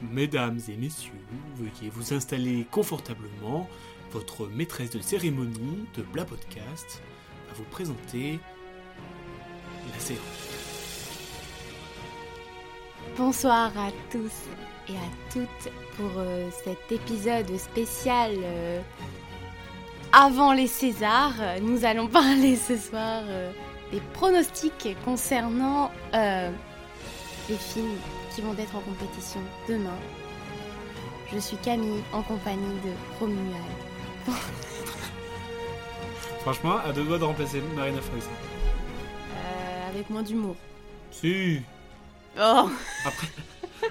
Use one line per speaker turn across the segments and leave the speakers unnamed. Mesdames et messieurs, veuillez vous installer confortablement. Votre maîtresse de cérémonie de Bla Podcast va vous présenter la séance.
Bonsoir à tous et à toutes pour euh, cet épisode spécial euh, avant les Césars. Nous allons parler ce soir euh, des pronostics concernant euh, les filles qui vont être en compétition demain. Je suis Camille en compagnie de Romuald.
Franchement, à deux doigts de remplacer Marina Foïs.
Euh, avec moins d'humour.
Si
Oh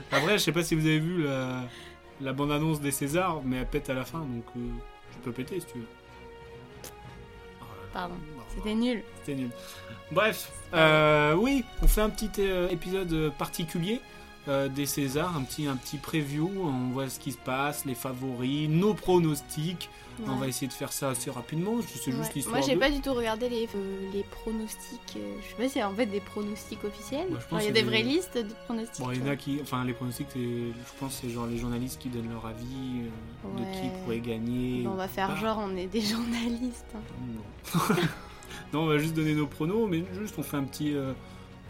Après, je sais pas si vous avez vu la, la bande-annonce des Césars, mais elle pète à la fin, donc euh, tu peux péter si tu veux.
Pardon,
Bon,
c'était nul.
C'était nul. Bref, euh, oui, on fait un petit euh, épisode particulier euh, des Césars, un petit, un petit preview, on voit ce qui se passe, les favoris, nos pronostics. On va
Ouais.
essayer de faire ça assez rapidement, parce que c'est
Ouais.
juste l'histoire.
Moi j'ai
de-
pas du tout regardé les, euh, les pronostics, euh, je sais pas si c'est en fait des pronostics officiels.
Moi, je pense
Genre, Il y a
que c'est
des vraies
des-
listes de pronostics.
Bon, il y en
quoi.
a qui. Enfin, les pronostics, c'est- je pense, c'est genre les journalistes qui donnent leur avis euh, de qui Ah.
Ouais.
pourrait gagner.
Bon, on va faire
pas.
genre on est des journalistes. hein.
Non. Non, on va juste donner nos pronos, mais juste on fait un petit, euh,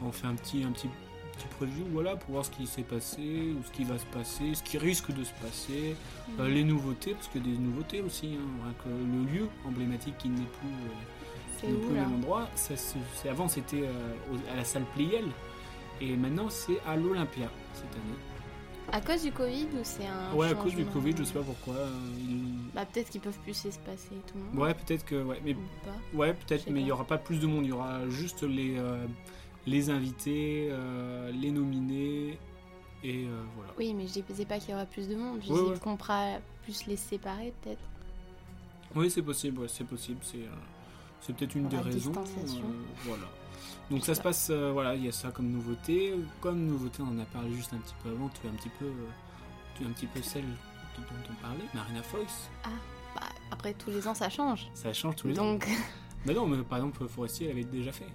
on fait un petit, un petit, petit preview, voilà, pour voir ce qui s'est passé ou ce qui va se passer, ce qui risque de se passer, euh, les nouveautés, parce qu'il y a des nouveautés aussi. hein, rien que le lieu emblématique qui n'est plus, euh,
C'est
n'est plus
où
au
là
même endroit. Ça se- c'est- avant c'était euh, au- à la salle Playel, et maintenant c'est à l'Olympia cette année.
À cause du Covid ou c'est un.
ouais, à cause du
changement
Covid, je sais pas pourquoi. euh, ils-
Bah peut-être qu'ils peuvent plus s'espacer et tout le monde.
Ouais, peut-être que, ouais, mais
Ou pas.
Ouais,
Je
peut-être,
sais
mais il n'y
pas.
aura pas plus de monde. Il y aura juste les, euh, les invités, euh, les nominés, et euh, voilà.
Oui, mais je disais pas qu'il y aura plus de monde. Je
Ouais,
dis
ouais.
qu'on pourra plus les séparer peut-être.
Oui, c'est possible, ouais, c'est possible. C'est euh, c'est peut-être une
Pour
des
la
raisons. euh,
distanciation.
voilà. Donc ça
Je sais
se
pas.
passe, euh, voilà, il y a ça comme nouveauté. Comme nouveauté, on en a parlé juste un petit peu avant. Tu es un petit peu, euh, tu es un petit peu celle de- dont on parlait, Marina Foïs.
Bah après tous les ans ça change.
Ça change tous les ans.
Donc.
Mais non, mais par exemple, Forestier, elle avait déjà fait.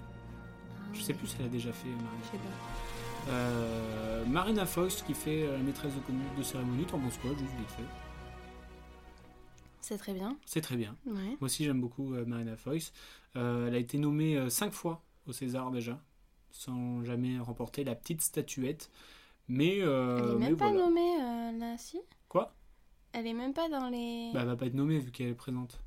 Je sais plus si elle a déjà fait, Marina.
Je sais pas.
Euh, Marina Foïs qui fait euh, la maîtresse de, con- de cérémonie, t'en penses quoi Juste vite fait.
C'est très bien.
C'est très bien.
Ouais.
Moi aussi j'aime beaucoup euh, Marina Foïs. Euh, elle a été nommée euh, cinq fois au César déjà, sans jamais remporter la petite statuette. Mais, euh,
Elle est
mais
même pas
voilà.
nommée euh, là, si
Quoi
Elle est même pas dans les.
Bah, Elle va pas être nommée vu qu'elle est présente.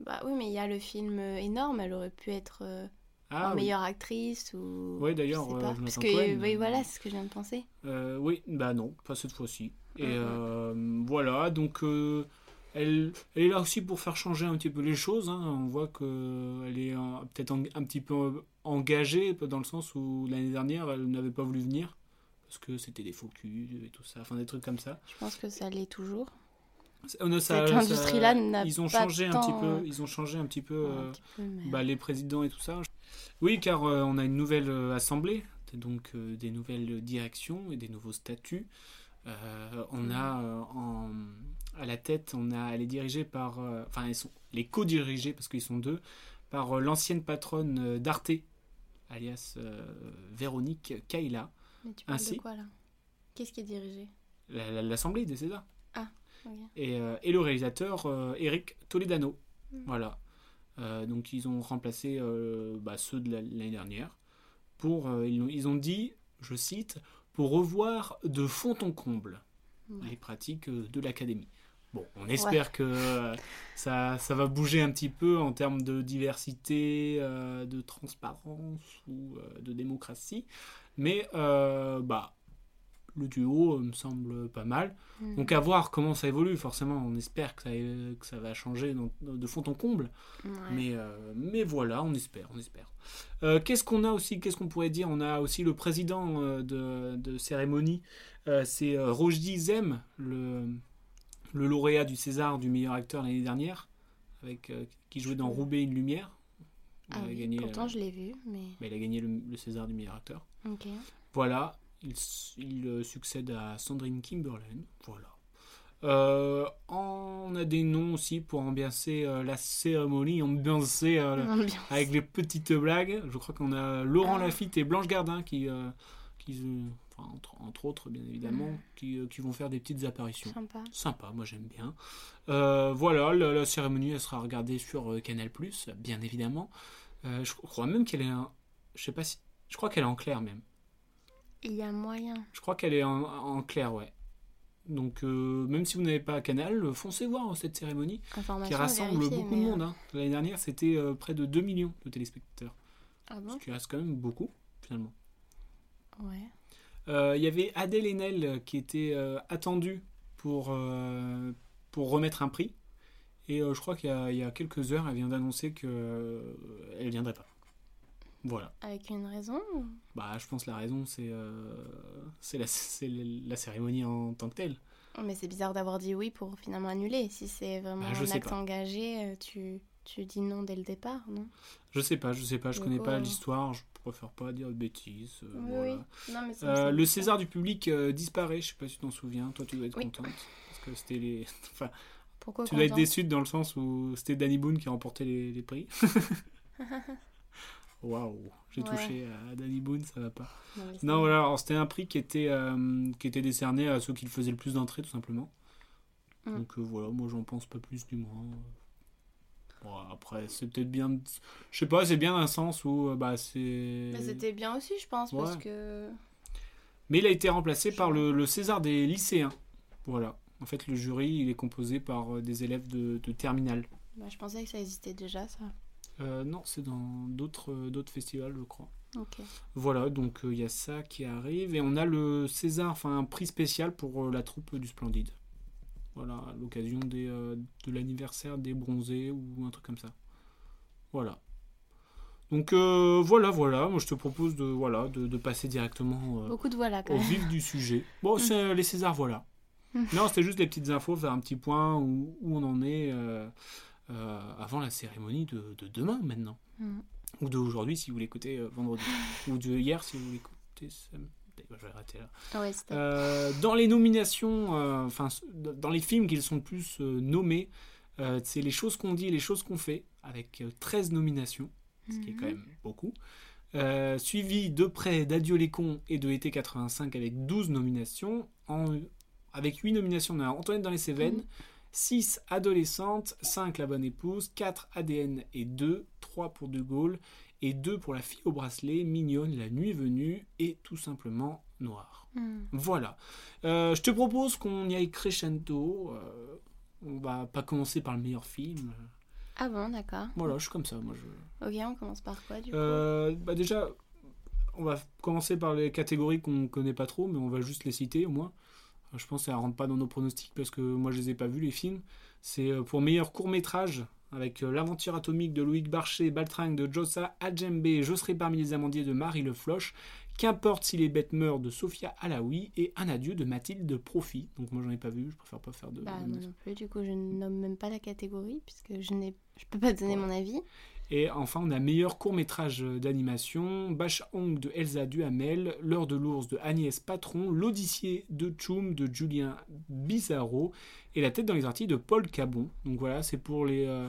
Bah oui, mais il y a le film euh, énorme, elle aurait pu être euh,
Ah
en
oui.
meilleure actrice ou.
Ouais, d'ailleurs,
je sais
euh,
pas.
Jonathan
Parce
Cohen,
que, oui,
euh,
voilà, c'est ce que je viens de penser.
Euh, oui, bah non, pas cette fois-ci. Et
Mhm.
euh, voilà, donc euh, elle, elle est là aussi pour faire changer un petit peu les choses. hein. On voit qu'elle est euh, peut-être en- un petit peu engagée, dans le sens où l'année dernière, elle n'avait pas voulu venir, parce que c'était des faux culs et tout ça, enfin des trucs comme ça.
Je pense que ça l'est toujours.
C'est- on a- ça-
Cette
ça-
industrie-là n'a
Ils ont
pas
changé un petit
tant,
peu,
euh,
ils ont changé un petit peu...
un
euh,
petit peu, mais-
bah, les présidents et tout ça. Oui, car euh, on a une nouvelle euh, assemblée, donc euh, des nouvelles directions et des nouveaux statuts. Euh, on a euh, en- à la tête, on a, elle est dirigée par, euh, enfin, ils sont les co-dirigés parce qu'ils sont deux, par euh, l'ancienne patronne euh, d'Arte, alias euh, Véronique Kaila,
Mais tu parles
ainsi.
de quoi là Qu'est-ce qui est dirigé
la- la- l'assemblée des Césars.
Ok.
et, euh, et le réalisateur euh, Eric Toledano.
Mm.
Voilà. Euh, donc ils ont remplacé euh, bah, ceux de la- l'année dernière. Pour, euh, ils, ont, ils ont dit, je cite, pour revoir de fond en comble
Ouais.
les pratiques euh, de l'académie. Bon, on espère que euh, ça, ça va bouger un petit peu en termes de diversité, euh, de transparence ou euh, de démocratie. Mais euh, bah, le duo euh, me semble pas mal.
Mm.
Donc à voir comment ça évolue, forcément, on espère que ça, que ça va changer dans- de fond en comble.
Ouais.
Mais, euh, mais voilà, on espère, on espère. Euh, qu'est-ce qu'on a aussi, qu'est-ce qu'on pourrait dire On a aussi le président euh, de, de cérémonie, euh, c'est euh, Rojdi Zem, le, le lauréat du César du meilleur acteur l'année dernière, avec, euh, qui jouait dans Roubaix une lumière. Il
Ah
a
oui,
gagné,
pourtant
euh,
je l'ai vu, mais.
bah, il a gagné le, le César du meilleur acteur.
Ok.
Voilà, il, s- il, euh, succède à Sandrine Kimberlin. Voilà. Euh, on a des noms aussi pour ambiancer euh, la cérémonie, ambiancer euh, le-
Ambiance.
avec les petites blagues. Je crois qu'on a Laurent
Ah.
Lafitte et Blanche Gardin qui, euh, qui, euh, enfin, entre, entre autres bien évidemment, qui, euh, qui vont faire des petites apparitions.
Sympa.
Sympa, moi j'aime bien. Euh, voilà, la, la cérémonie elle sera regardée sur euh, Canal+, bien évidemment. Euh, je crois même qu'elle est, un... je sais pas si, je crois qu'elle est en clair même.
Il y a moyen.
Je crois qu'elle est en, en clair, ouais. Donc euh, même si vous n'avez pas Canal, euh, foncez voir cette cérémonie
Information
qui
à
rassemble
vérifier,
beaucoup de
mais, euh,
monde. hein. L'année dernière, c'était euh, près de 2 millions de téléspectateurs,
Ah
ce
bon
qui reste quand même beaucoup finalement.
Ouais.
Euh, Il y avait Adèle Haenel euh, qui était euh, attendue pour, euh, pour remettre un prix. Et euh, je crois qu'il y, a- il y a quelques heures, elle vient d'annoncer qu'elle ne viendrait pas. Voilà.
Avec une raison ou-
Bah, je pense la raison, c'est euh, c'est la, c'est la cérémonie en tant que telle.
Oh, Mais c'est bizarre d'avoir dit oui pour finalement annuler. Si c'est vraiment
Bah, je
un
sais
acte
pas.
engagé, euh, tu, tu dis non dès le départ, non
Je sais pas, je sais pas, je
Mais
connais
bon.
pas l'histoire, je préfère pas dire de bêtises. euh,
Oh. Oui,
voilà.
oui. Non, mais ça me
Euh,
semble
le
ça.
César du public euh, disparaît, je sais pas si tu t'en souviens, toi tu dois être
Oui.
contente. Parce que c'était les. enfin,
Pourquoi
Tu vas être
content
déçu dans le sens où c'était Danny Boone qui a remporté les, les prix. Waouh, j'ai
Ouais.
touché à Danny Boone, ça va pas.
Non, mais c'est-
Non, voilà, alors c'était un prix qui était, euh, qui était décerné à ceux qui le faisaient le plus d'entrées, tout simplement.
Mm.
Donc euh, voilà, moi j'en pense pas plus du moins. Bon, après, c'est peut-être bien. de- Je sais pas, c'est bien un sens où euh, bah, c'est.
Mais c'était bien aussi, je pense, parce
Ouais.
que.
Mais il a été remplacé par le, le César des lycéens. Voilà. En fait, le jury, il est composé par euh, des élèves de, de terminale.
Bah, je pensais que ça existait déjà, ça.
Euh, non, c'est dans d'autres euh, d'autres festivals, je crois.
Ok.
Voilà, donc euh, il y a ça qui arrive. Et on a le César, enfin un prix spécial pour euh, la troupe du Splendide. Voilà, à l'occasion des, euh, de l'anniversaire des bronzés ou un truc comme ça. Voilà. Donc euh, voilà, voilà. Moi, je te propose de, voilà, de, de passer directement euh,
Beaucoup de voilà, quand
au
même.
vif du sujet. Bon, c'est euh, les Césars, voilà.
Mm.
non, c'était juste des petites infos, faire un petit point où, où on en est euh, euh, avant la cérémonie de, de demain maintenant.
Mm.
Ou de aujourd'hui si vous l'écoutez euh, vendredi. Ou de hier si vous l'écoutez samedi. Bah, je vais arrêter là.
Ah Ouais, c'était.
Euh, dans les nominations, euh, enfin s- dans les films qu'ils sont le plus euh, nommés, euh, c'est les choses qu'on dit et les choses qu'on fait, avec euh, 13 nominations ce
Mhm.
qui est
Mm-hmm.
quand même beaucoup. Euh, suivi de près d'Adieu les cons et de Été 85 avec 12 nominations. En, avec 8 nominations, on a Antoinette dans les Cévennes, 6 Adolescente, 5 La Bonne Épouse, 4 ADN et 2, 3 pour De Gaulle et 2 pour La Fille au Bracelet, Mignonne, La Nuit Venue et tout simplement Noir.
Mm.
Voilà. Euh, je te propose qu'on y aille crescendo. Euh, on va pas commencer par le meilleur film.
Ah bon, d'accord.
Voilà, je suis comme ça. Moi, je...
Ok, on commence par quoi, du coup
Euh, bah déjà, on va commencer par les catégories qu'on connaît pas trop, mais on va juste les citer au moins. Euh, Je pense que ça rentre pas dans nos pronostics parce que moi je les ai pas vus les films. C'est euh, pour meilleur court métrage avec euh, L'aventure atomique de Loïc Barchet, Baltringue de Jossa, Adjembe, Je serai parmi les amandiers de Marie Le Floch, Qu'importe si les bêtes meurent de Sophia Alaoui et Un adieu de Mathilde Profit. Donc moi j'en ai pas vu, je préfère pas faire de.
Bah
de-
non, non plus, du coup, je ne nomme même pas la catégorie, puisque je n'ai. Je peux pas donner
Ouais.
mon avis.
Et enfin, on a meilleur court-métrage d'animation, Bash Hong de Elsa Duhamel, L'heure de l'ours de Agnès Patron, L'Odyssée de Choum de Julien Bizarro et La tête dans les orties de Paul Cabon. Donc voilà, c'est pour les, euh,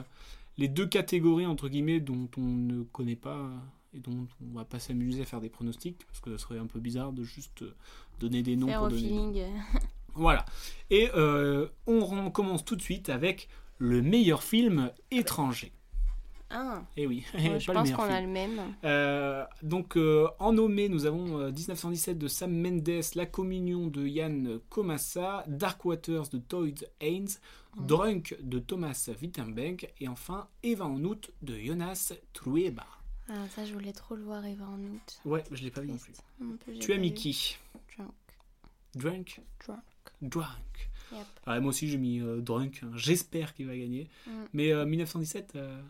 les deux catégories, entre guillemets, dont on ne connaît pas euh, et dont on va pas s'amuser à faire des pronostics, parce que ce serait un peu bizarre de juste euh, donner des noms
Faire
pour
au
donner des noms.
feeling.
Voilà. Et euh, on ren- commence tout de suite avec le meilleur film étranger.
Ah,
Eh oui,
bon, bah. je
pas le
pense
meilleur
qu'on
film.
a le même.
Euh, donc euh, en nommé, nous avons euh, 1917 de Sam Mendes, La Communion de Yann Komassa, Dark Waters de Toyd Haynes,
Mm.
Drunk de Thomas Wittenberg et enfin Eva en août de Jonas Trueba.
Ah, ça, je voulais trop le voir, Eva, en août.
Ouais, je l'ai pas vu non plus.
Triste. Non plus, j'ai
Tu as
pas
mis
vu.
qui
Drunk.
Drunk
Drunk.
Drunk.
Yep.
Ah, moi aussi j'ai mis euh, Drunk, hein. j'espère qu'il va gagner.
Mm.
Mais euh, 1917, euh,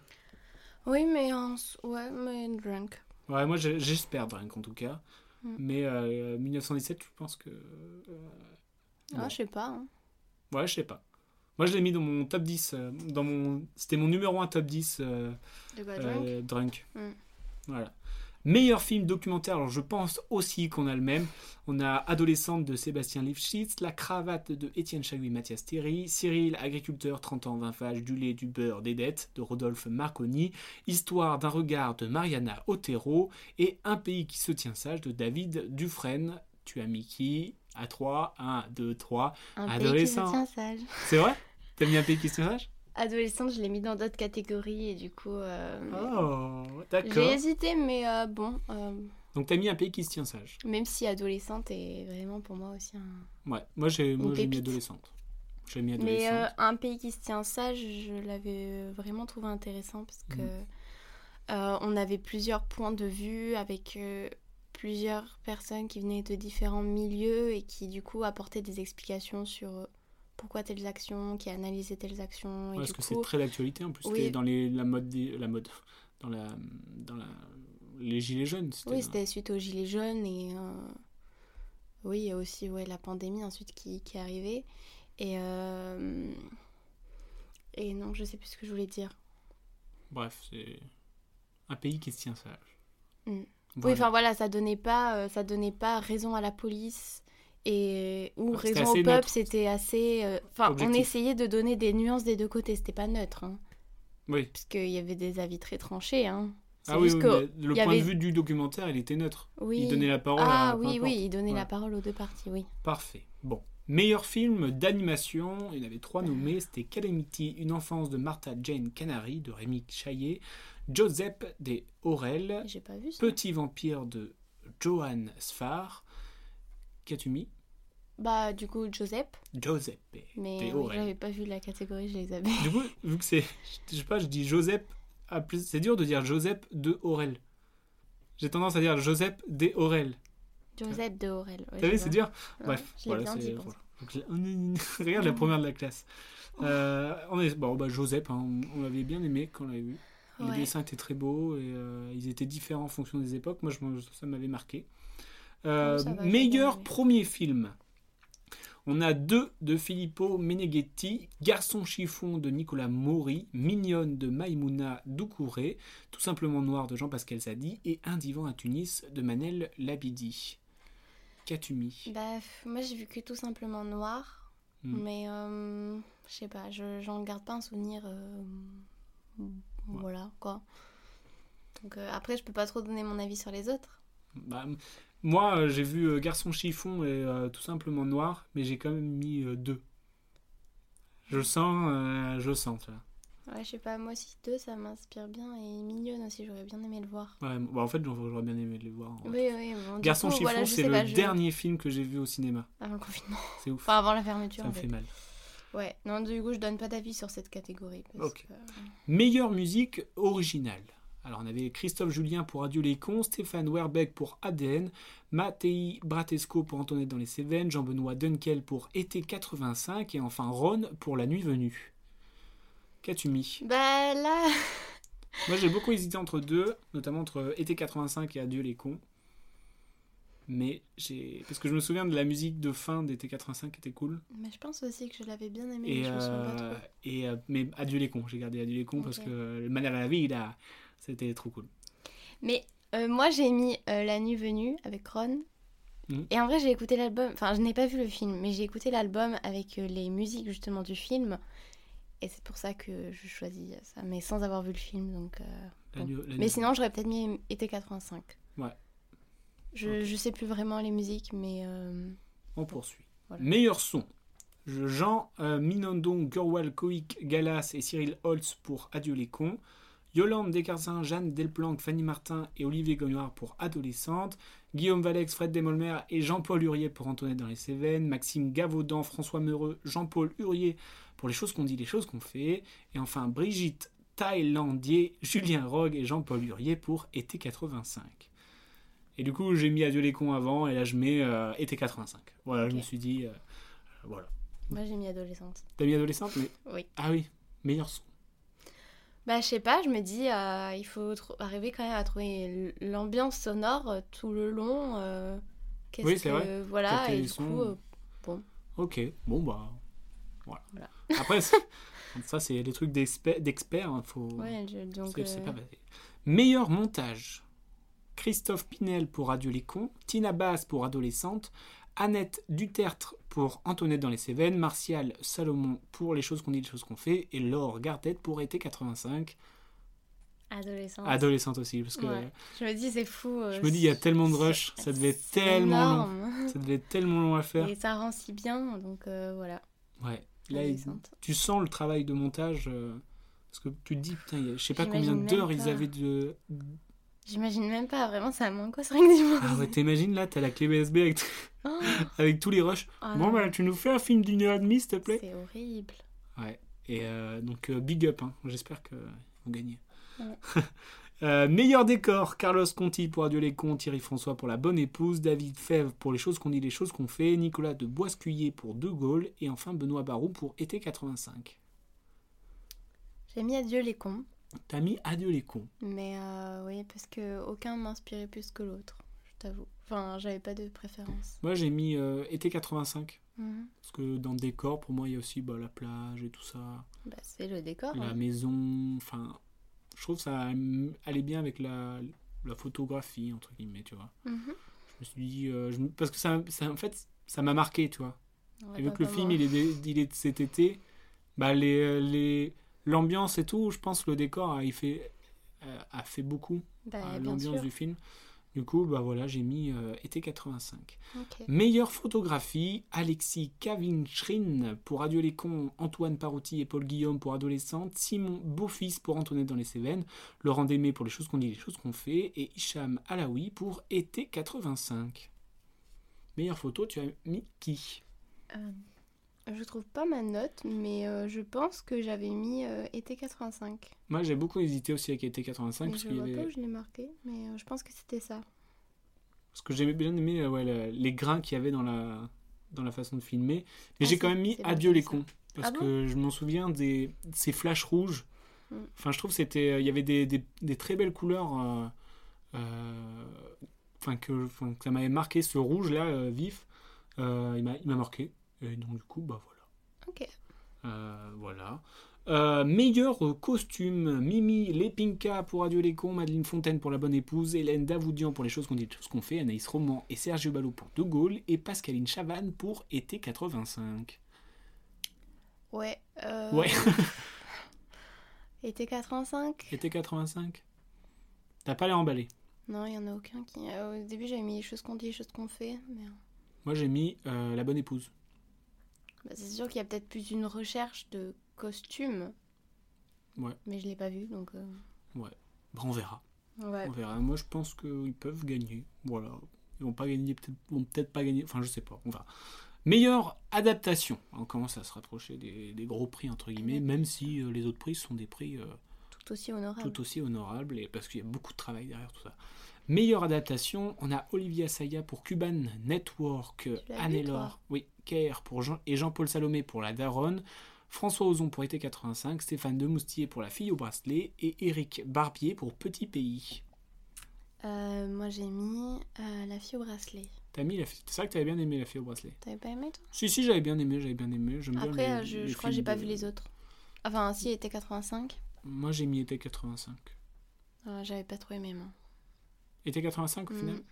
Oui, mais en... s- Ouais, mais drunk.
ouais, moi j'ai- j'espère Drunk en tout cas.
Mm.
Mais euh, 1917, je pense que... euh,
Ah,
Bon.
je sais pas. hein.
Ouais, je sais pas. Moi, je l'ai mis dans mon top 10. euh, Dans mon... C'était mon numéro 1 top 10 euh,
De quoi,
euh,
drunk
Drunk.
Mm.
Voilà. Meilleur film documentaire, alors je pense aussi qu'on a le même. On a Adolescente de Sébastien Lifshitz, La cravate de Étienne Chagouy, Mathias Théry, Cyril, agriculteur, 30 ans, 20 vaches, du lait, du beurre, des dettes de Rodolphe Marconi, Histoire d'un regard de Mariana Otero et Un pays qui se tient sage de David Dufresne, tu as Mickey, à 3, 1, 2, 3.
Un
Adolescent.
pays qui se tient sage.
C'est vrai T'aimes bien Pays qui se sage
Adolescente, je l'ai mis dans d'autres catégories et du coup. euh,
Oh, d'accord.
J'ai hésité, mais euh, bon, euh,
Donc t'as mis un Pays qui se tient sage.
même si adolescente est vraiment pour moi aussi hein. un.
Ouais, moi j'ai moi, j'ai mis
pépite.
adolescente. J'ai mis adolescente.
Mais euh, un pays qui se tient sage, je l'avais euh, vraiment trouvé intéressant parce que
Mm.
euh, on avait plusieurs points de vue avec euh, plusieurs personnes qui venaient de différents milieux et qui du coup apportaient des explications sur euh, pourquoi telles actions, qui analysaient telles actions.
Ouais,
Et
parce
du
que c'est
coup,
très d'actualité en plus.
oui.
C'était dans les, la mode, des- la mode, dans la, dans la, les gilets jaunes. C'était
oui, c'était suite aux gilets jaunes et euh, oui, il y a aussi ouais, la pandémie ensuite qui, qui est arrivée. Et, euh, et non, je sais plus ce que je voulais dire.
Bref, c'est un pays qui se tient sage.
Mm. Oui,
Voilà.
enfin voilà, ça donnait pas, euh, ça donnait pas raison à la police et euh, ou
Ouais, c'était
raison au
assez
peuple.
neutre.
C'était assez. euh, Enfin, on
Objectif.
essayait de donner des nuances des deux côtés. C'était pas neutre, hein,
Oui.
parce qu'il y avait des avis très tranchés. Hein. C'est
Ah oui,
juste
oui,
que-
mais le
il y
point de
avait-
vue du documentaire, il était neutre.
oui.
Il donnait la parole à.
ah
peu
oui,
importe.
oui, il donnait
Voilà.
la parole aux deux parties. Oui.
Parfait. Bon. Meilleur film d'animation, il y en avait trois nommés, c'était Calamity, Une enfance de Martha Jane Canary de Rémi Chaillet, Joseph des Aurel,
J'ai pas vu ça.
Petit vampire de Johan Sfar. Qu'as-tu mis
Bah du coup Joseph,
Joseph
mais
des
euh,
Aurel.
j'avais pas vu la catégorie, je les avais.
Du coup, vu que c'est. Je sais pas, je dis Joseph. à plus- C'est dur de dire Joseph de Aurel. J'ai tendance à dire Joseph des Aurel.
Joseph de Aurel. ouais,
T'as
je
vu, c'est
vois.
dur
Ouais,
Bref,
je l'ai
voilà,
bien
c'est.
dit, pour
voilà. Donc, je- Regarde la première de la classe. Euh, on est, bon, bah, Joseph, hein, on, on l'avait bien aimé quand on l'avait vu.
ça.
Les
Ouais.
dessins étaient très beaux et euh, ils étaient différents en fonction des époques. Moi, je, m'en- ça m'avait marqué. Euh,
Oh, ça va, j'ai bien
meilleur
aimé.
premier film. On a deux de Filippo Meneghetti, Garçon chiffon de Nicolas Maury, Mignonne de Maïmouna Doucouré, Tout simplement noir de Jean-Pascal Zadi et Un divan à Tunis de Manel Labidi. Qu'as-tu mis
Bah, f- moi j'ai vu que tout simplement noir,
Hmm.
mais euh, je sais pas, je- j'en garde pas un souvenir. euh, Voilà quoi. Donc euh, après, je peux pas trop donner mon avis sur les autres.
Bah, m- Moi, euh, j'ai vu euh, Garçon chiffon et euh, Tout simplement noir, mais j'ai quand même mis euh, deux. Je le sens, euh, je le sens, tu vois.
Ouais, je sais pas, moi aussi, deux ça m'inspire bien et mignonne aussi, j'aurais bien aimé le voir.
Ouais, bon, en fait, j'aurais j'aurais bien aimé les voir. en vrai.
Oui, oui, bon, du
Garçon
coup,
chiffon,
voilà, je
c'est
sais
le
pas, je-
dernier film que j'ai vu au cinéma.
Avant le confinement,
C'est ouf.
enfin avant la
ça
fermeture.
me
en
fait.
fait.
mal.
Ouais, non, du coup, je donne pas d'avis sur cette catégorie. Parce
Ok.
que, euh,
Meilleure musique originale. Alors, on avait Christophe Julien pour Adieu les cons, Stéphane Werbeck pour ADN, Mattei Bratesco pour Antoinette dans les Cévennes, Jean-Benoît Dunkel pour Été 85 et enfin Ron pour La Nuit Venue. Qu'as-tu mis
Bah là,
Moi, j'ai beaucoup hésité entre deux, notamment entre Été 85 et Adieu les cons. Mais j'ai. Parce que je me souviens de la musique de fin d'Été 85 qui était cool.
mais je pense aussi que je l'avais bien aimé, mais
Et,
je me souviens pas
euh,
trop.
et, euh, mais adieu les cons, j'ai gardé adieu les cons parce
Ok.
que le manière à la vie, il a... c'était trop cool.
Mais euh, moi, j'ai mis euh, La nuit venue avec Ron.
Mhm.
Et en vrai, j'ai écouté l'album. Enfin, je n'ai pas vu le film, mais j'ai écouté l'album avec euh, les musiques justement du film. Et c'est pour ça que je choisis ça, mais sans avoir vu le film. Donc, euh,
La
Bon.
nuit- la
Mais
nuit-
sinon, j'aurais peut-être mis été 85.
Ouais.
Je, je sais plus vraiment les musiques, mais. euh,
On poursuit.
Voilà.
Meilleur son. Je- Jean euh, Minandon, Gurwal Koik, Galas et Cyril Holtz pour Adieu les cons. Yolande Descarsin, Jeanne Delplanque, Fanny Martin et Olivier Gognard pour Adolescente. Guillaume Valex, Fred Desmolmer et Jean-Paul Hurier pour Antoinette dans les Cévennes. Maxime Gavaudan, François Meureux, Jean-Paul Hurier pour Les choses qu'on dit, les choses qu'on fait. Et enfin Brigitte Thaïlandier, Julien Rogue et Jean-Paul Hurier pour Été 85. Et du coup, j'ai mis Adieu les cons avant, et là, je mets euh, été 85. Voilà, je
Ok.
me suis dit, euh, voilà.
Moi, j'ai mis adolescente.
T'as mis adolescente, mais.
Oui.
Ah oui, meilleur son.
Bah, je sais pas, je me dis, euh, il faut tr- arriver quand même à trouver l- l'ambiance sonore euh, tout le long. euh, qu'est-ce
Oui, c'est
que-
vrai.
Voilà,
Capter
et
les
du
sons.
coup, euh,
Ok, bon, bah. Voilà.
Voilà.
Après, c'est- ça, c'est des trucs d'expert- d'experts. hein, faut...
Ouais, je- donc.
c'est- c'est
euh,
pas facile. Meilleur montage. Christophe Pinel pour Adieu les cons, Tina Bass pour Adolescente, Annette Dutertre pour Antoinette dans les Cévennes, Martial Salomon pour Les choses qu'on dit, les choses qu'on fait, et Laure Gardette pour Été 85,
Adolescente.
Adolescente aussi, parce que
Ouais. je me dis, c'est fou. euh,
Je me dis, il y a tellement de rush,
c'est-
ça devait être
c'est
tellement long.
énorme.
Ça devait être tellement long à faire.
Mm. Et ça rend si bien, donc euh, voilà.
Ouais. Là,
la
il-
descente.
tu sens le travail de montage. euh, parce que tu te dis, putain, il y a- je sais pas
J'imagine
combien
même
d'heures ils
pas.
avaient de.
J'imagine même pas, vraiment, ça m'angoisse rien que du
Ah
monde.
ouais, t'imagines là, t'as la clé USB avec,
Oh,
avec tous les rushs.
oh
bon,
non,
bah, tu nous fais un film d'une heure et demie, s'il te plaît.
C'est horrible.
Ouais. Et euh, donc, euh, big up. hein. J'espère qu'ils vont gagner.
Ouais.
Euh, meilleur décor, Carlos Conti pour Adieu les cons, Thierry François pour La Bonne Épouse, David Fèvre pour Les choses qu'on dit, les choses qu'on fait, Nicolas de Boiscuyer pour De Gaulle et enfin Benoît Barou pour Été 85.
J'ai mis adieu les cons,
T'as mis Adieu les cons.
mais euh, oui, parce que aucun m'inspirait plus que l'autre, je t'avoue. Enfin, j'avais pas de préférence.
Moi j'ai mis euh, Été 85
Mhm.
parce que dans le décor pour moi il y a aussi bah, la plage et tout ça,
Bah, c'est le décor.
la
hein.
maison, enfin je trouve que ça mm, allait bien avec la, la photographie entre guillemets tu vois.
Mhm.
Je me suis dit, euh, je me- parce que ça, ça- en fait, ça m'a marqué, tu vois.
Ouais,
Et vu
bah,
que le
bah,
film,
moi.
il est, de, il est de cet été, bah, les, les, l'ambiance et tout, je pense que le décor a, il fait, euh, a fait beaucoup à
Bah, bien sûr.
l'ambiance du film. Du coup, bah voilà, j'ai mis euh, été 85.
Ok.
Meilleure photographie, Alexis Kavinchrin pour Adieu les cons, Antoine Parouti et Paul Guillaume pour Adolescente, Simon Beaufils pour Antoinette dans les Cévennes, Laurent Démé pour Les choses qu'on dit, les choses qu'on fait, et Hicham Alaoui pour Été 85. Meilleure photo, tu as mis qui
Euh, je trouve pas ma note, mais euh, je pense que j'avais mis euh, été 85.
Moi j'ai beaucoup hésité aussi avec Été 85
Mais
parce,
je
qu'il y
vois pas
avait-
où je l'ai marqué, mais euh, je pense que c'était ça.
parce que j'aimais bien aimé euh, ouais, le- les grains qu'il y avait dans la, dans la façon de filmer. Mais
Ah,
j'ai quand
c'est-
même mis
c'est
Adieu
bon,
les
ça.
cons. Parce
Ah bon
que je m'en souviens des, de ces flashs rouges.
Mm.
Enfin, je trouve que c'était, euh, il y avait des, des- des très belles couleurs. euh, euh, Enfin, que, enfin, que ça m'avait marqué ce rouge là euh, vif. Euh, il, m'a, il m'a marqué. Et donc du coup, bah voilà.
Ok.
Euh, voilà. Euh, meilleur costume, Mimi Lepinka pour Adieu les cons, Madeleine Fontaine pour La Bonne Épouse, Hélène Davoudian pour Les choses qu'on dit, tout ce qu'on fait, Anaïs Roman et Sergio Ballot pour De Gaulle, et Pascaline Chavanne pour Été 85.
Ouais. euh,
Ouais,
Été 85
Été 85. T'as pas l'air emballé.
Non, il y en a aucun qui. euh, au début, j'avais mis choses qu'on dit, choses qu'on fait, mais. euh,
Moi j'ai mis euh, La Bonne Épouse.
bah, c'est sûr qu'il y a peut-être plus une recherche de costume.
Ouais.
Mais je l'ai pas vu, donc. euh,
Bah, on verra.
Ouais.
On verra. Moi je pense qu'ils peuvent gagner. Voilà. Ils vont pas gagner, peut-être vont peut-être pas gagner. Enfin, je sais pas. On verra. Meilleure adaptation. On commence à se rapprocher des, des gros prix, entre guillemets, même si euh, les autres prix sont des prix. euh,
Tout aussi honorable.
tout aussi honorable et parce qu'il y a beaucoup de travail derrière tout ça. Meilleure adaptation, on a Olivia Saya pour Cuban Network,
l'as vu,
Anne-Laure, oui, Kerr pour Jean et Jean-Paul Salomé pour La Daronne, François Ozon pour Été 85, Stéphane Demoustier pour La Fille au bracelet et Éric Barbier pour Petit Pays.
Euh, moi, j'ai mis euh, la fille au bracelet.
T'as mis la fi- C'est vrai que t'avais bien aimé La Fille au bracelet.
T'avais pas aimé, toi
Si si, j'avais bien aimé, j'avais bien aimé. J'aime bien
Après,
les-
euh, je,
les
je crois que j'ai
films
pas
de-
vu les autres. Enfin, si, était 85.
Moi j'ai mis Été 85.
euh, j'avais pas trop aimé, moi.
Été 85 au
Mm.
final. Bah,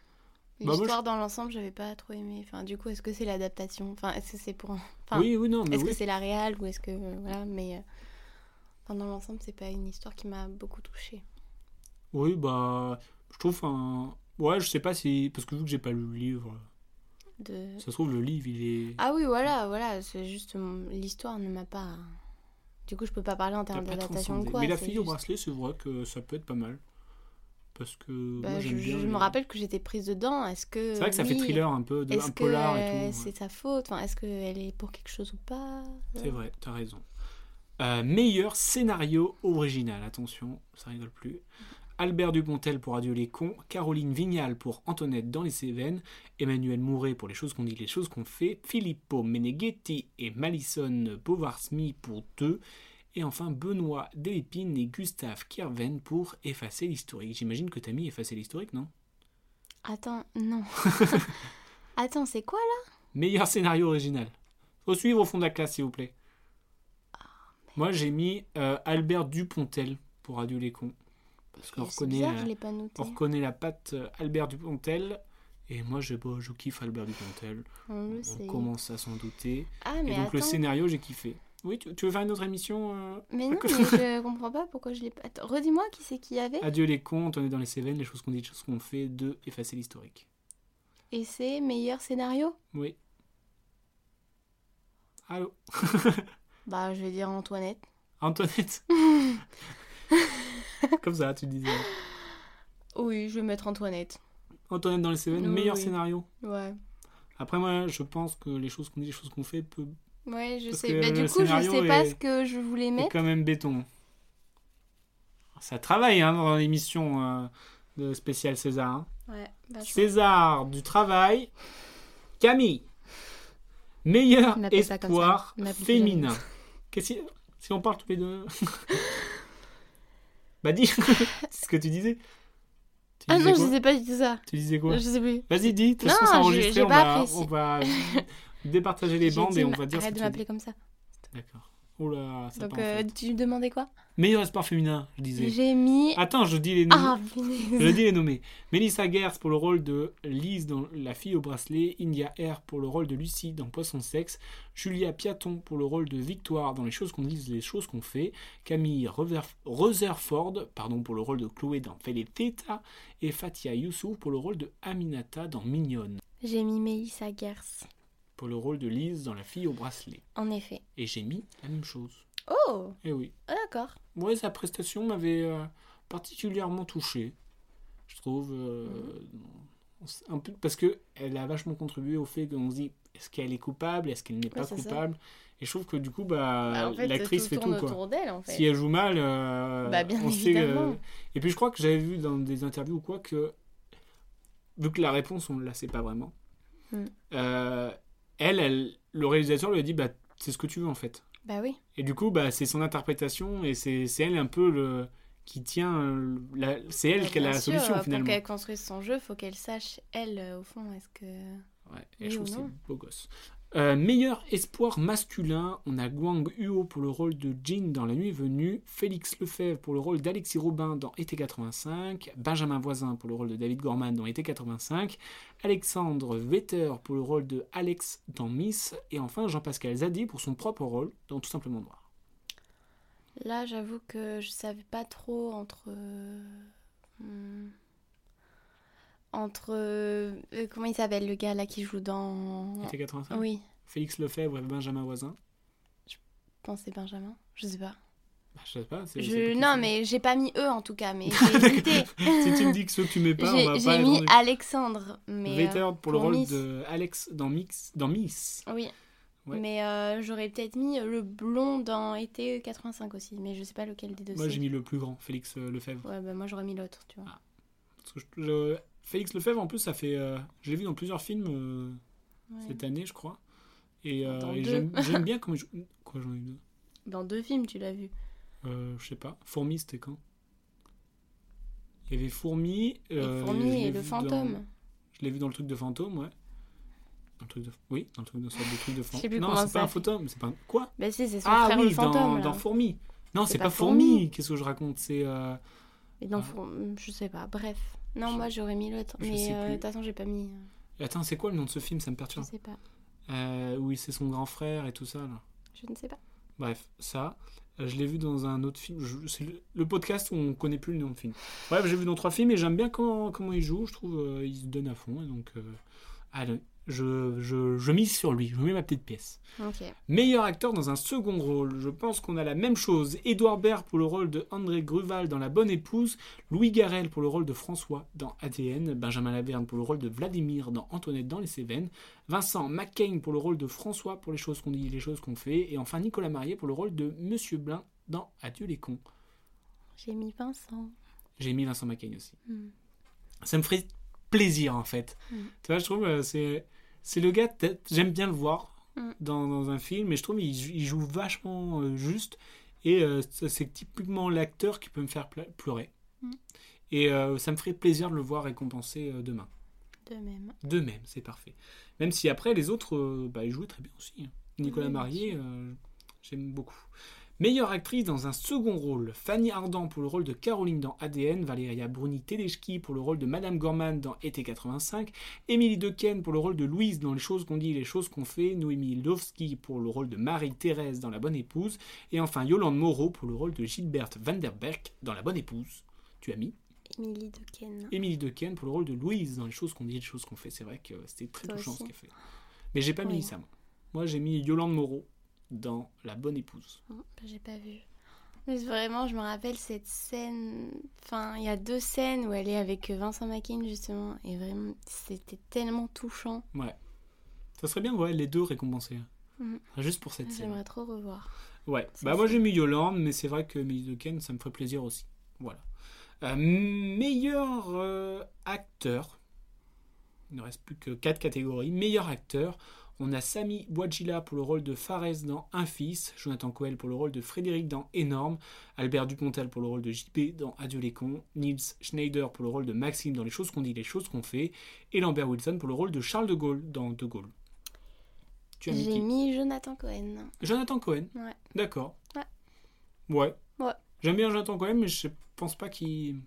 moi,
L'histoire dans l'ensemble, j'avais pas trop aimé. Enfin, du coup, est-ce que c'est l'adaptation Enfin, est-ce que c'est pour. un- Enfin,
oui oui non mais
est-ce
oui.
que c'est la réal ou est-ce que. euh, Voilà, mais. euh, Enfin, dans l'ensemble, c'est pas une histoire qui m'a beaucoup touchée.
Oui, bah, je trouve un. Ouais, je sais pas si. Parce que vu que j'ai pas lu le livre,
De...
ça se trouve, le livre, il est.
Mm. Ah oui, voilà, voilà, c'est juste. mon- L'histoire ne m'a pas. Du coup, je peux pas parler en
t'as
termes
pas
d'adaptation ou
transcendé.
quoi.
Mais la
c'est
fille au
juste-
bracelet, c'est vrai que ça peut être pas mal. Parce que.
Bah,
moi,
je
j'aime bien
je
les-
me rappelle que j'étais prise dedans. Est-ce que.
C'est vrai que ça fait
oui,
thriller un peu, de... un
Est-ce que
polar
euh,
et tout. ouais.
c'est sa faute enfin, Est-ce qu'elle est pour quelque chose ou pas
C'est vrai, t'as raison. Euh, meilleur scénario original, attention, ça rigole plus. Albert Dupontel pour Adieu les cons, Caroline Vignal pour Antoinette dans les Cévennes, Emmanuel Mouret pour Les choses qu'on dit, les choses qu'on fait, Filippo Meneghetti et Malison Bovarsmi pour Deux, et enfin Benoît Delépine et Gustave Kirven pour Effacer l'historique. J'imagine que t'as mis Effacer l'historique, non
Attends, non. Attends, c'est quoi là
Meilleur scénario original. Faut suivre au fond de la classe, s'il vous plaît.
Ah,
Moi, j'ai mis euh, Albert Dupontel pour Radio Les Cons. Parce qu'on
C'est
reconnaît,
bizarre,
euh,
je l'ai pas noté.
on reconnaît la patte euh, Albert Dupontel. Et moi, je, bon, je kiffe Albert Dupontel.
On le
On
sait.
commence à s'en douter.
Ah,
et
mais
donc, le
attends.
scénario, j'ai kiffé. Oui, tu, tu veux faire une autre émission euh,
Mais non, mais je comprends pas pourquoi je l'ai pas. Attends, redis-moi qui c'est qu'il y avait.
Adieu les cons, on est dans les Cévennes, les choses qu'on dit, les choses qu'on fait, de effacer l'historique.
et c'est meilleur scénario
Oui. Allô
Bah, je vais dire Antoinette.
Antoinette Comme ça, tu disais.
Oui, je vais mettre Antoinette.
Antoinette dans les Cévennes,
Oui,
meilleur
oui.
scénario.
Ouais.
Après, moi, je pense que les choses qu'on dit, les choses qu'on fait, peut,
Ouais, je
Parce que
sais. Bah,
le
du coup, je
scénario
sais pas
est-
ce que je voulais
est
mettre.
quand même béton. Ça travaille hein, dans l'émission euh, de spécial César. hein.
Ouais, bah, je-
César du travail, Camille. Meilleur
On appelle ça comme
espoir
ça. On appelle ça
féminin. Qu'est-ce que- si on parle tous les deux Bah dis, c'est ce que tu disais. Tu
Ah
disais,
non,
quoi
je sais pas du tout ça.
Tu disais quoi
Je sais plus.
Vas-y, dis, de toute
Non,
façon, c'est
j'ai-
enregistré,
j'ai
on
pas
va,
apprécié.
on va départager les
J'ai
bandes
dit,
et on
mais
va dire ce que
Arrête de
tu dis.
m'appeler comme ça.
D'accord. Oh là, ça
Donc,
part en
euh,
fait.
tu me demandais quoi
Meilleur espoir féminin, je disais.
J'ai mis.
Attends, je dis les noms.
Ah,
Je
punaise.
dis les nommés. Melissa Gers pour le rôle de Lise dans La fille au bracelet, India R pour le rôle de Lucie dans Poisson Sexe, Julia Piaton pour le rôle de Victoire dans Les choses qu'on dit, les choses qu'on fait, Camille Rever- Rutherford pardon, pour le rôle de Chloé dans Feleteta et Fatia Youssouf pour le rôle de Aminata dans Mignonne,
J'ai mis Mélissa Gers.
pour le rôle de Lise dans La fille au bracelet.
En effet.
Et j'ai mis la même chose.
Oh
Eh oui.
Ah, D'accord.
Ouais, sa prestation m'avait euh, particulièrement touché, je trouve. euh,
Mhm.
on s- un peu, parce que elle a vachement contribué au fait qu'on se dit est-ce qu'elle est coupable, est-ce qu'elle n'est pas
c'est ça.
coupable. Et je trouve que du coup, bah,
Bah, en fait,
l'actrice
tout
fait tout.
tourne
Quoi.
autour d'elle, en fait.
Si elle joue mal, euh,
Bah, bien
on sait. euh,
évidemment.
Et puis je crois que j'avais vu dans des interviews ou quoi que, vu que la réponse, on ne la sait pas vraiment,
Mm.
euh, elle, elle, le réalisateur lui a dit bah, c'est ce que tu veux en fait.
Bah oui.
Et du coup, bah, c'est son interprétation et c'est c'est elle un peu le qui tient. euh, la- C'est elle
Bah,
qui a
bien
la
sûr,
solution finalement.
Pour qu'elle construise son jeu, faut qu'elle sache, elle, euh, au fond, est-ce que.
Ouais, et
Oui
je
ou
trouve que
non.
c'est beau gosse. Euh, meilleur espoir masculin, on a Guang Huo pour le rôle de Jin dans La Nuit Venue, Félix Lefebvre pour le rôle d'Alexis Robin dans Été 85, Benjamin Voisin pour le rôle de David Gorman dans Été 85, Alexandre Vetter pour le rôle de Alex dans Miss, et enfin Jean-Pascal Zadi pour son propre rôle dans Tout simplement Noir.
Là, j'avoue que je savais pas trop entre. euh, hmm, Entre. euh, euh, Comment il s'appelle le gars là qui joue dans.
Été 85
Oui,
Félix Lefebvre et Benjamin Voisin.
je pense que c'est Benjamin. Je sais pas.
Bah, je sais pas. c'est-
Je-
c'est pas
Non,
possible.
mais j'ai pas mis eux en tout cas, mais j'ai hésité.
si tu me dis que ceux que tu mets pas, on va
J'ai
pas
j'ai mis
attendre.
Alexandre, mais. euh,
Vetter pour, le
pour
rôle
Miss.
de Alex dans Mix, dans Miss.
euh, Oui.
Ouais.
Mais euh, j'aurais peut-être mis le blond dans été 85 aussi, mais je sais pas lequel des deux
Moi j'ai
c'est.
mis le plus grand, Félix euh, Lefebvre.
Ouais, bah moi j'aurais mis l'autre, tu vois.
Parce que je- je- Félix Lefebvre en plus ça fait, euh, je l'ai vu dans plusieurs films euh,
Ouais.
cette année je crois. Et, euh,
Dans
et
deux.
j'aime j'aime bien comment il joue. Quoi j'en ai eu deux
Dans deux films, tu l'as vu.
Euh, Je sais pas. Fourmi c'était quand Il y avait Fourmi. euh,
et
je l'ai
Fourmi
vu
et le
dans-
fantôme.
Je l'ai vu dans le truc de fantôme ouais. Dans le truc de... Oui, dans le truc de, dans le truc de
sais
fantôme.
plus
Non
comment
c'est pas
ça
un
fait.
fantôme, c'est pas un... Quoi
Bah si, c'est son
Ah
frère
oui,
le fantôme.
dans,
là.
dans Fourmi. Non, c'est pas, Fourmi.
Fourmi.
Qu'est-ce que je raconte C'est euh,
Mais dans
Ah.
Fourmi, je sais pas, bref. Non,
Je-
moi j'aurais mis l'autre,
je
mais
sais
euh, de
plus.
toute façon j'ai pas mis. euh,
attends, c'est quoi le nom de ce film Ça me
Je
perturbe.
sais pas.
Euh, oui, c'est son grand frère et tout ça. Là.
Je ne sais pas.
Bref, ça, euh, je l'ai vu dans un autre film. Je- C'est le, le podcast où on connaît plus le nom de film. Bref, j'ai vu dans trois films et j'aime bien comment comment il joue. Je trouve euh, il se donne à fond et donc euh, allez, je, je je mise sur lui. Je mets ma petite pièce.
Ok.
Meilleur acteur dans un second rôle. Je pense qu'on a la même chose. Édouard Baird pour le rôle de André Gruval dans La Bonne Épouse, Louis Garel pour le rôle de François dans ADN, Benjamin Laverne pour le rôle de Vladimir dans Antoinette dans les Cévennes, Vincent McCain pour le rôle de François pour les choses qu'on dit, les choses qu'on fait, et enfin Nicolas Marié pour le rôle de Monsieur Blin dans Adieu les cons.
J'ai mis Vincent.
J'ai mis Vincent McCain aussi.
Hmm.
Ça me ferait plaisir en fait.
Mm.
Tu vois, je trouve euh, c'est c'est le gars t'as- j'aime bien le voir
Mm.
dans, dans un film et je trouve il, jou- il joue vachement euh, juste et euh, ça, c'est typiquement l'acteur qui peut me faire pla- pleurer.
Mm.
Et euh, ça me ferait plaisir de le voir récompensé euh, demain.
De même.
De même, c'est parfait. Même si après, les autres, euh, bah, ils jouaient très bien aussi. hein. Nicolas
Oui, bien
Marié, euh, j'aime beaucoup. Meilleure actrice dans un second rôle, Fanny Ardant pour le rôle de Caroline dans ADN, Valéria Bruni Tedeschi pour le rôle de Madame Gorman dans Été 85, Émilie Dequesne pour le rôle de Louise dans Les choses qu'on dit, les choses qu'on fait, Noémie Lovski pour le rôle de Marie-Thérèse dans La Bonne Épouse, et enfin Yolande Moreau pour le rôle de Gilberte Vanderberg dans La Bonne Épouse. Tu as mis
Émilie Dequesne.
Émilie Dequesne pour le rôle de Louise dans les choses qu'on dit, les choses qu'on fait. C'est vrai que c'était très
Toi
touchant
aussi.
ce qu'elle fait. Mais j'ai pas
Oui.
mis ça, moi. Moi, j'ai mis Yolande Moreau dans La Bonne Épouse.
Oh, bah, J'ai pas vu. Mais vraiment, je me rappelle cette scène. Enfin, il y a deux scènes où elle est avec Vincent Mackin, justement. Et vraiment, c'était tellement touchant.
Ça serait bien, ouais, les deux récompensés. hein.
Mhm.
Juste pour cette scène.
J'aimerais trop revoir.
Ouais,
C'est
bah moi
ça.
j'ai mis Yolande, mais c'est vrai que Millie de Ken, ça me ferait plaisir aussi. Voilà. Euh, meilleur euh, acteur. Il ne reste plus que quatre catégories. Meilleur acteur. On a Sami Wajila pour le rôle de Fares dans Un fils, Jonathan Coel pour le rôle de Frédéric dans Énorme, Albert Dupontel pour le rôle de JP dans Adieu les cons, Niels Schneider pour le rôle de Maxime dans Les choses qu'on dit, les choses qu'on fait, et Lambert Wilson pour le rôle de Charles de Gaulle dans De Gaulle. Tu as mis
J'ai
qui
mis Jonathan Cohen.
Jonathan Cohen.
Ouais.
D'accord.
Ouais.
Ouais.
Ouais.
J'aime bien Jonathan Cohen, mais je pense pas qu'il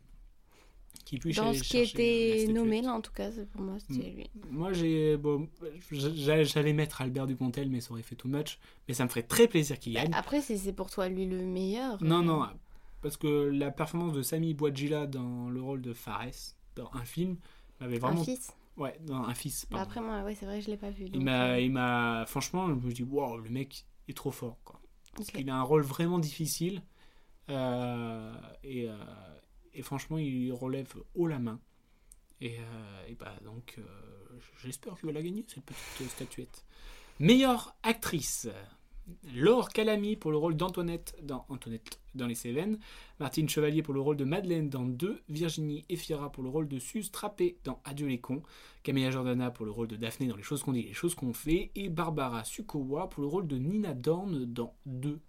qu'il puisse
Dans
aller
ce qui
chercher la
était
statuette.
nommé, là, en tout cas, c'est- pour moi,
Mm.
c'était lui.
Moi, j'ai bon, j'a- j'allais mettre Albert Dupontel, mais ça aurait fait too much. Mais ça me ferait très plaisir qu'il gagne.
Après, c'est c'est pour toi, lui, le meilleur.
Non, non, parce que la performance de Sami Bouadjila dans le rôle de Fares dans un film m'avait
Un
vraiment.
fils.
Ouais, dans un fils.
Bah,
Pardon.
après, moi, ouais, c'est vrai, je l'ai pas vu.
il
donc,
m'a,
euh,
il m'a, franchement, je me dis, waouh, le mec est trop fort. Quoi. Parce
ok.
qu'il a un rôle vraiment difficile. euh, et, euh, et franchement, il relève haut la main. Et, euh, et bah donc, euh, j'espère qu'il va la gagner, cette petite statuette. Meilleure actrice. Laure Calamy pour le rôle d'Antoinette dans Antoinette dans les Cévennes, Martine Chevalier pour le rôle de Madeleine dans 2, Virginie Efira pour le rôle de Suze Trappé dans Adieu les cons, Camilla Jordana pour le rôle de Daphné dans Les choses qu'on dit, les choses qu'on fait, et Barbara Sukowa pour le rôle de Nina Dorn dans 2.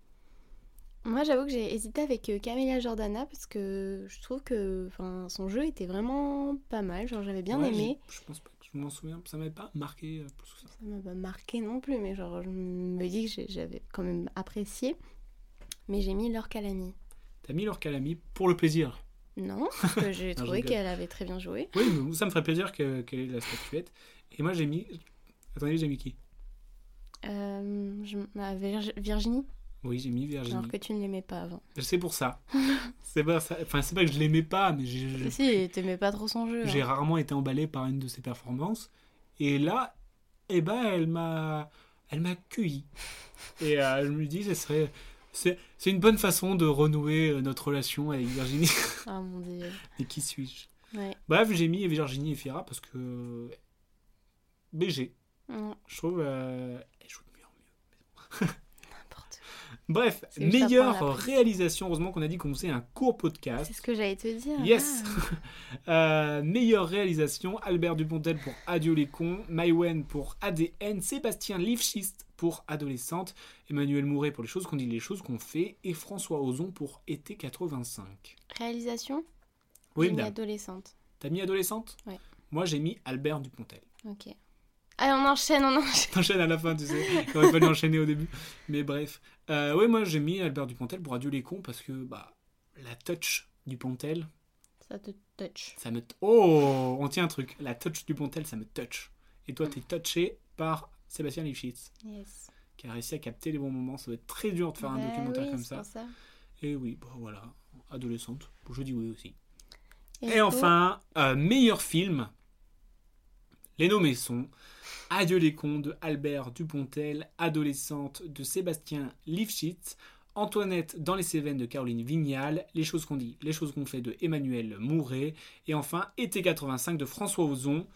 Moi, j'avoue que j'ai hésité avec euh, Camélia Jordana parce que je trouve que enfin, son jeu était vraiment pas mal. Genre, j'avais bien
Ouais,
aimé.
Je je pense pas que je m'en souviens, ça m'avait pas marqué euh, plus que ça.
Ça m'a pas marqué non plus, mais genre, je me dis que j'ai- j'avais quand même apprécié. Mais j'ai mis Laure Calamy.
T'as mis leur calami pour le plaisir.
Non, parce que j'ai
je
trouvé
rigole.
qu'elle avait très bien joué.
Oui, mais ça me ferait plaisir que- qu'elle ait la statuette. Et moi j'ai mis. Attendez, j'ai mis qui
Euh, je... ah, Virg- Virginie,
Oui, j'ai mis Virginie.
alors que tu ne l'aimais pas avant.
C'est pour ça. c'est pas ça- Enfin, c'est pas que je l'aimais pas, mais j'ai- j'ai
Si, t'aimais pas trop son jeu.
j'ai
hein.
rarement été emballé par une de ses performances. Et là, eh ben, elle m'a, elle m'a cueilli. Et euh, je me dis, ce serait, c'est, c'est une bonne façon de renouer euh, notre relation avec Virginie.
Ah mon dieu.
Et qui suis-je
Ouais.
Bref, j'ai mis Virginie Efira parce que BG,
Non,
je trouve, euh, elle joue de mieux en mieux.
n'importe
Bref,
C'est juste après, on
meilleure
l'a pris.
réalisation. Heureusement qu'on a dit qu'on faisait un court
quoi.
podcast.
C'est ce que j'allais te dire.
Ah. Yes.
Ah.
Euh, meilleure réalisation, Albert Dupontel pour Adieu les cons, Maïwen pour ADN, Sébastien Lifschist pour Adolescente, Emmanuel Mouret pour Les choses qu'on dit, les choses qu'on fait, et François Ozon pour Été 85.
Réalisation
Oui,
J'ai mis
madame.
adolescente.
T'as mis Adolescente
Ouais.
Moi, j'ai mis Albert Dupontel.
Ok. Allez, on enchaîne, on enchaîne.
T'enchaînes à la fin, tu sais. J'aurais pas dû enchaîner au début. Mais bref. Euh, ouais, moi, j'ai mis Albert Dupontel pour Adieu les cons parce que, bah, la touch Dupontel,
Ça te touch.
Ça me. t- Oh On tient un truc. La touch du Pontel, ça me touch. Et
Mm.
toi, t'es touché par Sébastien Lifshitz,
Yes.
qui a réussi à capter les bons moments. Ça doit être très dur de faire un
Bah
documentaire
oui,
comme
c'est
ça.
pour ça.
Et oui, bon, voilà. Adolescente. Je dis oui aussi.
Et,
Et,
toi
enfin, euh, meilleur film. Les nommés sont Adieu les cons de Albert Dupontel, Adolescente de Sébastien Lifshitz, Antoinette dans les Cévennes de Caroline Vignal, Les choses qu'on dit, les choses qu'on fait de Emmanuel Mouret, et enfin Été 85 de François Ozon.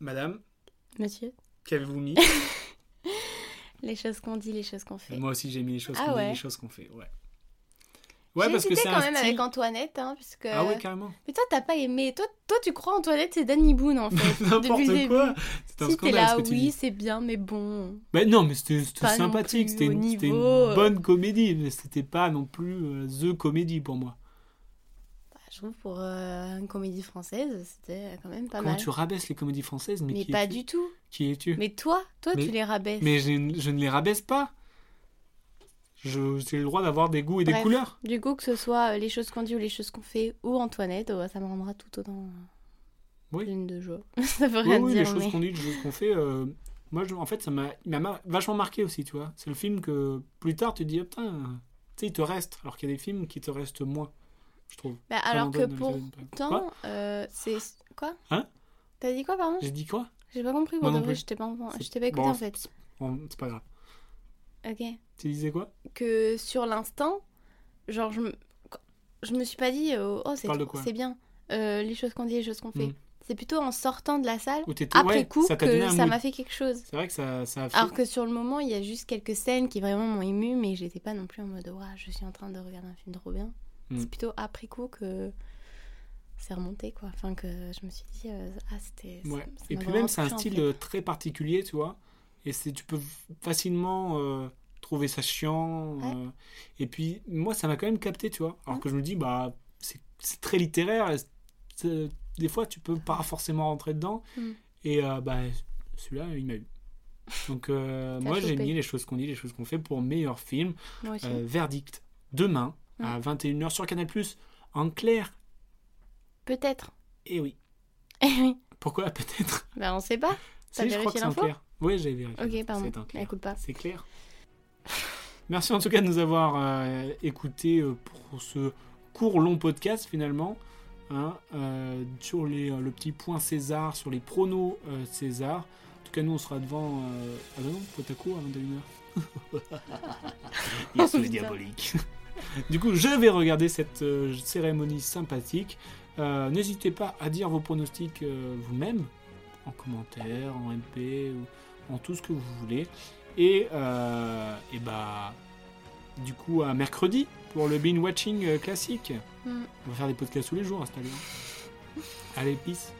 Madame,
Monsieur,
qu'avez-vous mis
les choses qu'on dit, les choses qu'on fait.
Moi aussi j'ai mis les choses
Ah
qu'on dit,
ouais.
les choses qu'on fait. Ouais, ouais
J'ai
parce que c'est
hésité quand
un
même
style-
avec Antoinette, hein, parce que.
Ah ouais, carrément.
Mais toi, t'as pas aimé. Toi, toi, tu crois Antoinette, c'est Danny Boone en fait. depuis le
N'importe
début.
quoi. C'est un
Si t'es
scandale
là,
ce que tu dis.
oui, c'est bien, mais bon.
Mais Bah, non, mais c'était c'était
pas non
sympathique,
plus
c'était
au
une, c'était une
niveau, euh.
bonne comédie, mais c'était pas non plus euh, the comédie pour moi.
Bah, je trouve pour euh, une comédie française, c'était quand même pas
Quand
mal.
tu rabaisses les comédies françaises, mais,
Mais
qui
pas
es-tu
du tout.
Qui es-tu Mais,
Mais toi, toi,
Mais-
tu les rabaisses.
je, je ne les rabaisse pas. Je- J'ai le droit d'avoir des goûts et des
Bref.
couleurs.
Du coup, que ce soit euh, les choses qu'on dit ou les choses qu'on fait, ou Antoinette, oh, ça me rendra tout autant euh,
Oui.
pleine de joie. ça veut
Oui,
rien
oui, les
dire,
choses
mais...
qu'on dit, les choses qu'on fait. euh, moi, je- en fait, ça m'a il m'a mar- vachement marqué aussi, tu vois. C'est le film que plus tard, tu te dis, Ah, putain, tu sais, il te reste, alors qu'il y a des films qui te restent moins. je trouve.
Bah, alors que
Brandon Elizabeth Brandon. Quoi
pourtant, euh, c'est. Quoi
Hein
T'as dit quoi, pardon
J'ai dit quoi
J'ai pas compris,
Moi
pour de
non
vrai,
plus.
je t'ai pas, entendu-
C'est-
je t'ai pas écouté
bon,
en fait.
Bon, C'est pas grave.
Ok.
Tu disais quoi
Que sur l'instant, genre, je me, je me suis pas dit, euh, oh, c'est
parles de
trop-
quoi
c'est bien, euh, les choses qu'on dit, les choses qu'on fait.
Mm.
C'est plutôt en sortant de la salle,
Ou t'étais-
après
ouais,
coup,
ça t'a donné
que
un
ça
mood.
m'a fait quelque chose.
C'est vrai que ça, ça a fait.
Alors que sur le moment, il y a juste quelques scènes qui vraiment m'ont ému, mais j'étais pas non plus en mode Ouah, je suis en train de regarder un film trop bien.
Mm.
C'est plutôt après coup que c'est remonté, quoi. Enfin, que je me suis dit, euh, ah, c'était. ça-
Ouais.
ça
Et
m'a
puis
vraiment
même, c'est un
touchée, en
style
fait.
euh, très particulier, tu vois. Et c'est, tu peux f- facilement euh, trouver ça chiant.
Ouais.
euh, et puis, moi, ça m'a quand même capté, tu vois. Alors que je me dis, bah, c'est, c'est très littéraire. et c'est- c'est- des fois, tu peux pas forcément rentrer dedans.
Mm.
Et euh, bah, celui-là, il m'a eu. Donc, euh,
T'as
moi, j'ai
chopé.
mis les choses qu'on dit, les choses qu'on fait pour meilleur film.
Moi aussi.
Euh, verdict, demain, à 21h sur Canal+. En clair.
Peut-être.
Eh oui.
Eh oui.
Pourquoi peut-être
Ben, on sait pas. T'as
Si, je crois
vérifié
que c'est en
l'info
clair. Oui, j'ai vérifié.
Ok, pardon. Bah,
C'est en clair.
Écoute pas.
C'est clair. Merci en tout cas de nous avoir euh, écoutés euh, pour ce court long podcast finalement. hein, euh, sur les, euh, le petit point César, sur les pronos euh, César. En tout cas, nous, on sera devant. euh, Ah bah non, Potaco à 21h. Il
Oh,
est
putain.
diabolique. du coup, je vais regarder cette euh, cérémonie sympathique. Euh, N'hésitez pas à dire vos pronostics euh, vous-même, en commentaire, en MP, ou en tout ce que vous voulez. Et, euh, et bah, du coup, à mercredi pour le Bean Watching euh, classique.
Mm.
On va faire des podcasts tous les jours à cette allure. hein, Allez, peace.